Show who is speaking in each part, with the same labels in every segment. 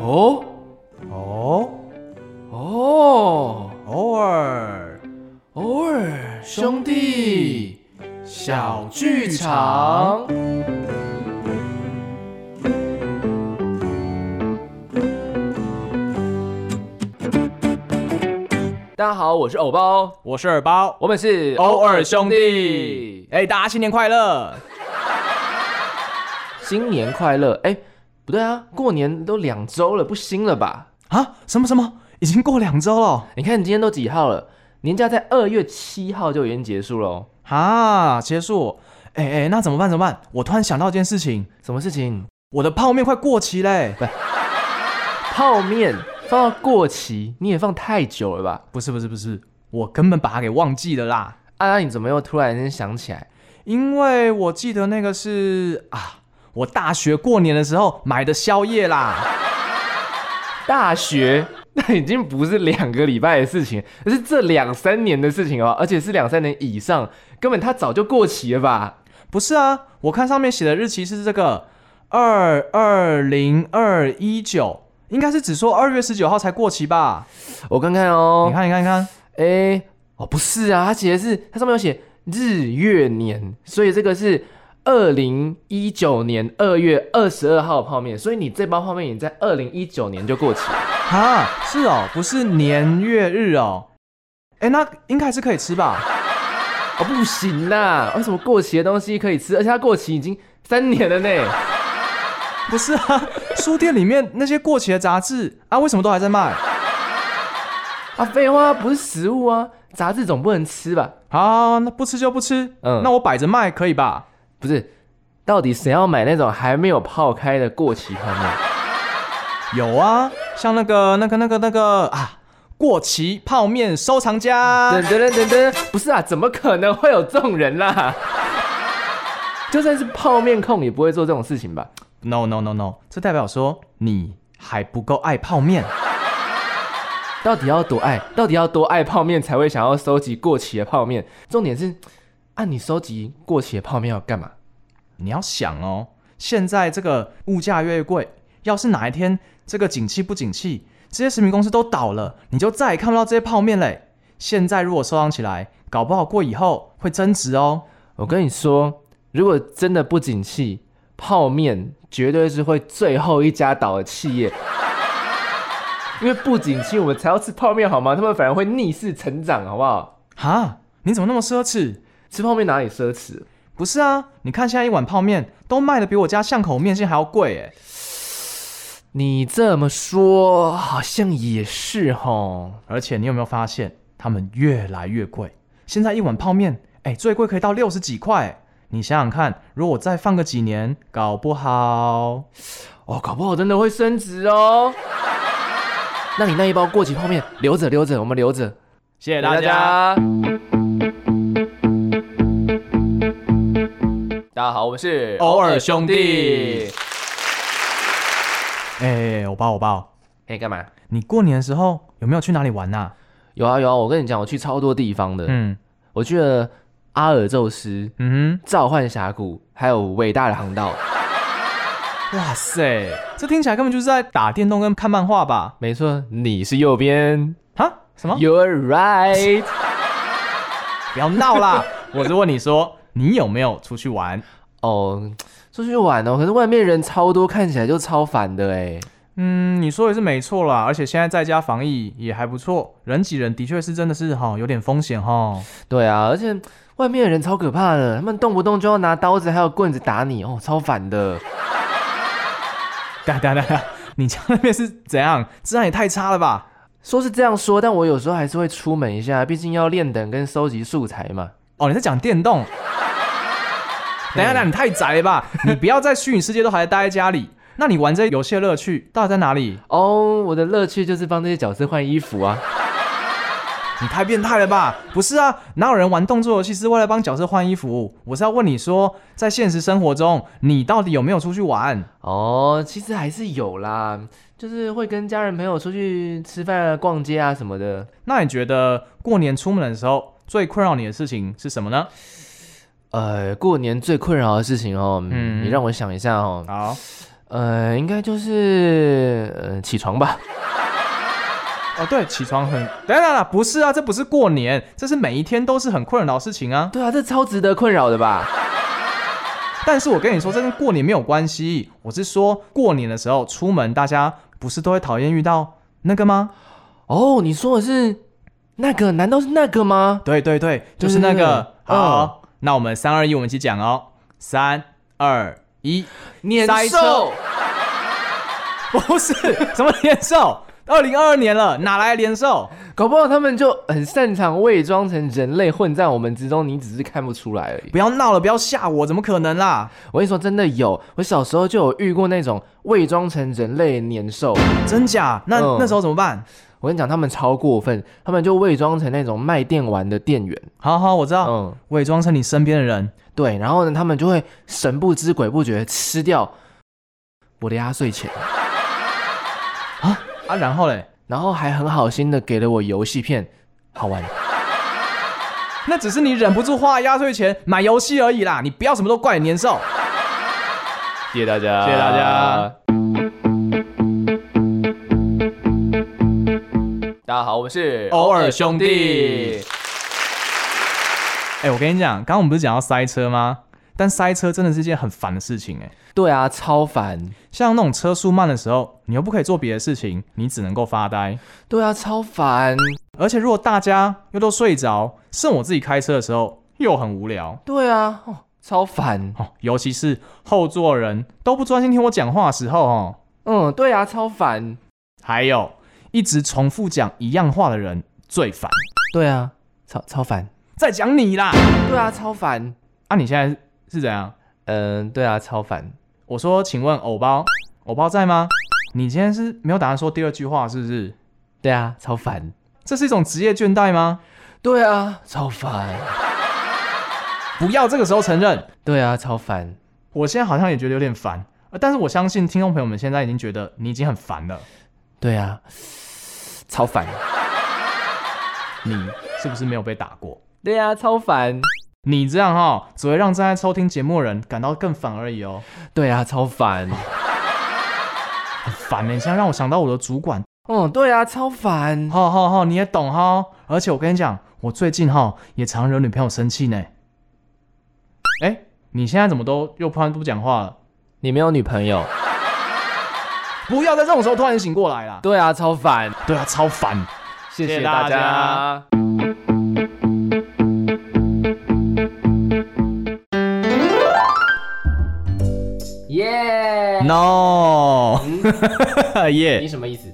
Speaker 1: 哦
Speaker 2: 哦，
Speaker 1: 哦，
Speaker 2: 偶尔
Speaker 1: 偶尔兄弟小剧场。大家好，我是偶包，
Speaker 2: 我是耳包，
Speaker 1: 我们是
Speaker 2: 偶尔兄弟。哎、大家新年快乐！
Speaker 1: 新年快乐！哎，不对啊，过年都两周了，不新了吧？
Speaker 2: 啊，什么什么，已经过两周了
Speaker 1: 你看你今天都几号了？年假在二月七号就已经结束了、哦，
Speaker 2: 啊，结束。哎、哎、那怎么办？怎么办？我突然想到一件事情，
Speaker 1: 什么事情？
Speaker 2: 我的泡面快过期嘞！
Speaker 1: 泡面放到过期，你也放太久了吧？
Speaker 2: 不是不是不是，我根本把它给忘记了啦，
Speaker 1: 啊，那你怎么又突然间想起来？
Speaker 2: 因为我记得那个是啊，我大学过年的时候买的宵夜啦。
Speaker 1: 大学 那已经不是两个礼拜的事情，而是这两三年的事情哦，而且是两三年以上，根本它早就过期了吧？
Speaker 2: 不是啊，我看上面写的日期是这个二二零二一九，应该是只说二月十九号才过期吧？
Speaker 1: 我看看哦
Speaker 2: 你，看，你看，你看，
Speaker 1: 哎、哦不是啊，它写的是它上面有写日月年，所以这个是。二零一九年二月二十二号泡面，所以你这包泡面已经在二零一九年就过期了。
Speaker 2: 哈，是哦，不是年月日哦。哎，那应该还是可以吃吧？
Speaker 1: 哦，不行啦！为什么过期的东西可以吃？而且它过期已经三年了呢。
Speaker 2: 不是啊， 书店里面那些过期的杂志啊，为什么都还在卖？
Speaker 1: 啊，废话，不是食物啊，杂志总不能吃吧？
Speaker 2: 好，那不吃就不吃。
Speaker 1: 嗯
Speaker 2: 嗯，那我摆着卖可以吧？
Speaker 1: 不是，到底谁要买那种还没有泡开的过期泡面？
Speaker 2: 有啊，像那个、那个、那个、那个啊，过期泡面收藏家。
Speaker 1: 等等等等等，不是啊，怎么可能会有这种人啦？就算是泡面控也不会做这种事情吧？
Speaker 2: No no no no，这代表说你还不够爱泡面。
Speaker 1: 到底要多爱？到底要多爱泡面才会想要收集过期的泡面？重点是，按、你收集过期的泡面要干嘛？
Speaker 2: 你要想哦，现在这个物价越来越贵，要是哪一天这个景气不景气，这些食品公司都倒了，你就再也看不到这些泡面嘞。现在如果收藏起来，搞不好过以后会增值哦。
Speaker 1: 我跟你说，如果真的不景气，泡面绝对是会最后一家倒的企业。 因为不景气，我们才要吃泡面好吗？他们反而会逆势成长，好不好？
Speaker 2: 哈，你怎么那么奢侈？
Speaker 1: 吃泡面哪里奢侈？
Speaker 2: 不是啊，你看现在一碗泡面都卖的比我家巷口面线还要贵哎。
Speaker 1: 你这么说好像也是哦吼。
Speaker 2: 而且你有没有发现，他们越来越贵？现在一碗泡面，哎、最贵可以到六十几块、哎你想想看，如果我再放个几年，搞不好……
Speaker 1: 哦，搞不好真的会升值哦。 那你那一包过期泡面留着留着，我们留着。谢
Speaker 2: 谢谢
Speaker 1: 谢。大家。大家好，我们是
Speaker 2: 偶尔兄弟。哎、我爸，我爸，
Speaker 1: 哎，干嘛？
Speaker 2: 你过年的时候有没有去哪里玩呐、
Speaker 1: 有啊有啊，我跟你讲，我去超多地方的。
Speaker 2: 嗯
Speaker 1: 我去了阿尔宙斯、
Speaker 2: 嗯
Speaker 1: 召唤峡谷，还有伟大的航 道。
Speaker 2: 哼，哇塞，这听起来根本就是在打电动跟看漫画吧？
Speaker 1: 没错，你是右边、
Speaker 2: 啊？什么？
Speaker 1: y o u r e right 。
Speaker 2: 不要闹啦！我是问你说，你有没有出去玩？
Speaker 1: 哦，出去玩哦，可是外面人超多，看起来就超烦的哎。
Speaker 2: 嗯，你说也是没错啦，而且现在在家防疫也还不错，人挤人的确是真的是哈有点风险哈。
Speaker 1: 对啊，而且外面的人超可怕的，他们动不动就要拿刀子还有棍子打你哦，超烦的。
Speaker 2: 哒哒哒哒，你家那边是怎样？治安也太差了吧？
Speaker 1: 说是这样说，但我有时候还是会出门一下，毕竟要练等跟收集素材嘛。
Speaker 2: 哦，你在讲电动？等一下，等一下你太宅了吧？你不要在虚拟世界都还待在家里，那你玩这些游戏的乐趣到底在哪里？
Speaker 1: 哦，我的乐趣就是帮这些角色换衣服啊。
Speaker 2: 你太变态了吧？不是啊，哪有人玩动作游戏是为了帮角色换衣服？我是要问你说，在现实生活中，你到底有没有出去玩？
Speaker 1: 哦，其实还是有啦，就是会跟家人朋友出去吃饭啊、逛街啊什么的。
Speaker 2: 那你觉得过年出门的时候最困扰你的事情是什么呢？
Speaker 1: 呃，过年最困扰的事情哦，嗯，
Speaker 2: 嗯
Speaker 1: 你让我想一下哦。
Speaker 2: 好，
Speaker 1: 呃，应该就是呃起床吧。
Speaker 2: 哦，对，起床很……等等啦，不是啊，这不是过年，这是每一天都是很困扰的事情啊。
Speaker 1: 对啊，这超值得困扰的吧？
Speaker 2: 但是我跟你说，这跟过年没有关系。我是说，过年的时候出门，大家不是都会讨厌遇到那个吗？
Speaker 1: 哦，你说的是那个？难道是那个吗？
Speaker 2: 对对对，就是那
Speaker 1: 对对哦
Speaker 2: 个。
Speaker 1: 对
Speaker 2: 好，那我们三二一，我们一起讲哦。三二 一，
Speaker 1: 年
Speaker 2: 塞
Speaker 1: 兽
Speaker 2: 车，不是什么年兽，二零二二年了，哪来的年兽？
Speaker 1: 搞不好他们就很擅长伪装成人类混在我们之中，你只是看不出来而已。
Speaker 2: 不要闹了，不要吓我，怎么可能啊啦？
Speaker 1: 我跟你说，真的有，我小时候就有遇过那种伪装成人类的年兽。
Speaker 2: 真假？那、
Speaker 1: 嗯
Speaker 2: 那时候怎么办？
Speaker 1: 我跟你讲，他们超过分，他们就伪装成那种卖电玩的店员。
Speaker 2: 好好，我知道，
Speaker 1: 嗯，
Speaker 2: 伪装成你身边的人。
Speaker 1: 对，然后呢，他们就会神不知鬼不觉吃掉我的压岁钱，
Speaker 2: 啊，然后嘞，
Speaker 1: 然后还很好心的给了我游戏片，好玩。
Speaker 2: 那只是你忍不住花压岁钱买游戏而已啦，你不要什么都怪年兽。
Speaker 1: 谢谢大家，
Speaker 2: 谢谢大家。
Speaker 1: 大家好，我们是
Speaker 2: 偶尔兄弟。哎、我跟你讲，刚刚我们不是讲到塞车吗？但塞车真的是一件很烦的事情哎、
Speaker 1: 对啊，超烦。
Speaker 2: 像那种车速慢的时候，你又不可以做别的事情，你只能够发呆。
Speaker 1: 对啊，超烦。
Speaker 2: 而且如果大家又都睡着，剩我自己开车的时候又很无聊
Speaker 1: 对啊，哦、超烦。
Speaker 2: 哦，尤其是后座人都不专心听我讲话的时候哦，
Speaker 1: 嗯，对啊，超烦。
Speaker 2: 还有一直重复讲一样话的人最烦。
Speaker 1: 对啊，超超烦。
Speaker 2: 再讲你啦，
Speaker 1: 对啊，超烦。
Speaker 2: 啊，你现在是怎样？
Speaker 1: 嗯、对啊，超烦。
Speaker 2: 我说，请问偶包，偶包在吗？你今天是没有打算说第二句话是不是？
Speaker 1: 对啊，超烦。
Speaker 2: 这是一种职业倦怠吗？
Speaker 1: 对啊，超烦。
Speaker 2: 不要这个时候承认。
Speaker 1: 对啊，超烦。
Speaker 2: 我现在好像也觉得有点烦，呃但是我相信听众朋友们现在已经觉得你已经很烦了，
Speaker 1: 对啊，超烦。
Speaker 2: 你是不是没有被打过？
Speaker 1: 对啊，超烦。
Speaker 2: 你这样哈、只会让正在收听节目的人感到更烦而已哦，
Speaker 1: 对啊，超烦。
Speaker 2: 很烦呢、你现在让我想到我的主管，
Speaker 1: 嗯，对啊，超烦。
Speaker 2: 哈哈哈，你也懂哈、而且我跟你讲，我最近哈、也常惹女朋友生气呢。哎，你现在怎么都又突然不讲话了？
Speaker 1: 你没有女朋友？
Speaker 2: 不要在这种时候突然醒过来啦！
Speaker 1: 对啊，超烦。
Speaker 2: 对啊，超 烦。
Speaker 1: 谢
Speaker 2: 谢
Speaker 1: 谢
Speaker 2: 大
Speaker 1: 大
Speaker 2: 家
Speaker 1: 家。耶！
Speaker 2: No，
Speaker 1: 你
Speaker 2: yes
Speaker 1: 什么意思？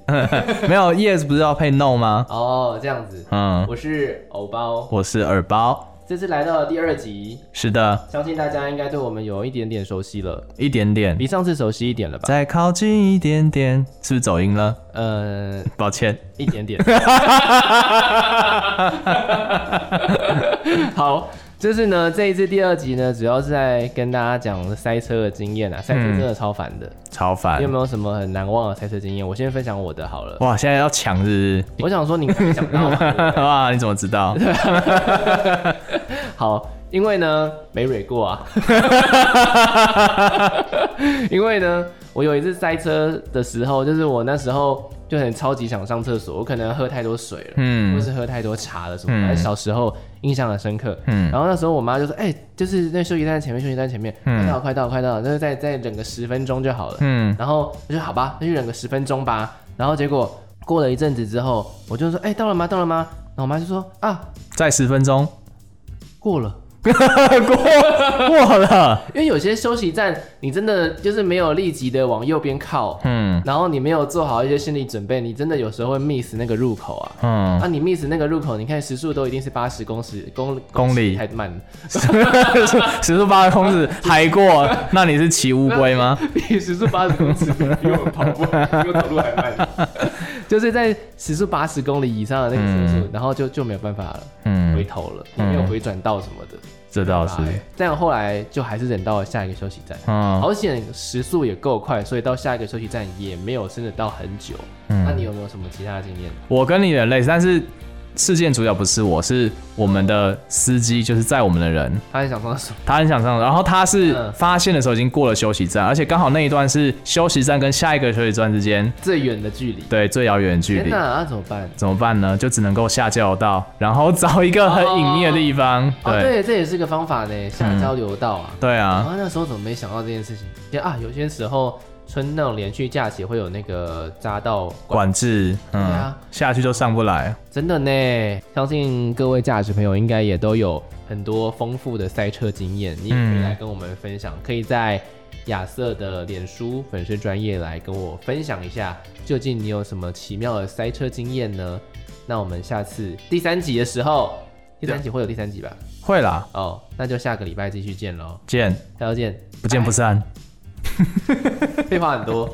Speaker 2: 没有 yes 不是要配 no 吗？
Speaker 1: 哦，这样子。
Speaker 2: 嗯，
Speaker 1: 我是偶包，
Speaker 2: 我是耳包，
Speaker 1: 这次来到了第二集，
Speaker 2: 是的，
Speaker 1: 相信大家应该对我们有一点点熟悉了，
Speaker 2: 一点点，
Speaker 1: 比上次熟悉一点了吧？
Speaker 2: 再靠近一点点，是不是走音了？
Speaker 1: 呃，
Speaker 2: 抱歉，
Speaker 1: 一点点。好，就是呢，这一次第二集呢，主要是在跟大家讲塞车的经验啊，塞车真的超烦的。
Speaker 2: 超
Speaker 1: 你
Speaker 2: 烦
Speaker 1: 有。没有什么很难忘的塞车经验？我先分享我的好了。
Speaker 2: 哇，现在要抢 是
Speaker 1: 我想说你可能想不到 嘛，
Speaker 2: 不是？哇，你怎么知 道？
Speaker 1: 好，因为呢没蕊过啊，因为呢我有一次塞车的时候，就是我那时候就很超级想上厕所，我可能喝太多水了，
Speaker 2: 嗯
Speaker 1: 或是喝太多茶了什么
Speaker 2: 嗯
Speaker 1: 的，反正小时候印象很深刻。
Speaker 2: 嗯
Speaker 1: 然后那时候我妈就说：“哎、就是那休息站前面，休息站前面，
Speaker 2: 嗯
Speaker 1: 快到了快到了快到了，那就再再忍个十分钟就好了。”
Speaker 2: 嗯
Speaker 1: 然后我就好吧，那就忍个十分钟吧。然后结果过了一阵子之后，我就说：“哎、到了吗？到了吗？”然后我妈就说：“啊，
Speaker 2: 再十分钟
Speaker 1: 过了。”
Speaker 2: 过了。
Speaker 1: 因为有些休息站，你真的就是没有立即的往右边靠，
Speaker 2: 嗯
Speaker 1: 然后你没有做好一些心理准备，你真的有时候会 miss 那个入口啊。
Speaker 2: 嗯，
Speaker 1: 啊，你 miss 那个入口，你看时速都一定是八十公时公
Speaker 2: 公里
Speaker 1: 太慢了，
Speaker 2: 十速八的空子还过，那你是骑乌龟 吗？
Speaker 1: 比时速八十公尺比我们跑步比我走路还慢，就是在时速八十公里以上的那个时速，然后就就没有办法了，回
Speaker 2: 嗯，
Speaker 1: 头了，也
Speaker 2: 嗯
Speaker 1: 没有回转道什么的，
Speaker 2: 这倒是。
Speaker 1: 哎但后来就还是忍到了下一个休息站，
Speaker 2: 嗯
Speaker 1: 好险时速也够快，所以到下一个休息站也没有真的到很久。那、
Speaker 2: 嗯，
Speaker 1: 你有没有什么其他的经验？
Speaker 2: 我跟你很类似，但是事件主角不是我，是我们的司机，就是载我们的人，
Speaker 1: 他很想上厕所，
Speaker 2: 他很想上，然后他是
Speaker 1: 嗯
Speaker 2: 发现的时候已经过了休息站，而且刚好那一段是休息站跟下一个休息站之间
Speaker 1: 最远的距离。
Speaker 2: 对最遥远的距
Speaker 1: 天
Speaker 2: 离
Speaker 1: 哪，，那怎么办？
Speaker 2: 怎么办呢？就只能够下交流道，然后找一个很隐秘的地方，
Speaker 1: 哦，
Speaker 2: 对嗯
Speaker 1: 对，这也是个方法呢，下交流道啊。
Speaker 2: 对啊，
Speaker 1: 啊，那时候怎么没想到这件事情？因为啊，有些时候春那种连续假期会有那个匝道管，
Speaker 2: 管制，嗯，
Speaker 1: 对啊
Speaker 2: 下去就上不来，
Speaker 1: 真的呢。相信各位驾驶朋友应该也都有很多丰富的赛车经验，你也可以
Speaker 2: 嗯
Speaker 1: 来跟我们分享，可以在亚瑟的脸书粉丝专业来跟我分享一下，究竟你有什么奇妙的赛车经验呢？那我们下次第三集的时候，第三集会有第三集吧？
Speaker 2: 会啦，
Speaker 1: 哦，那就下个礼拜继续见喽，
Speaker 2: 见
Speaker 1: 下周见，
Speaker 2: 不见不散。
Speaker 1: 废话很多。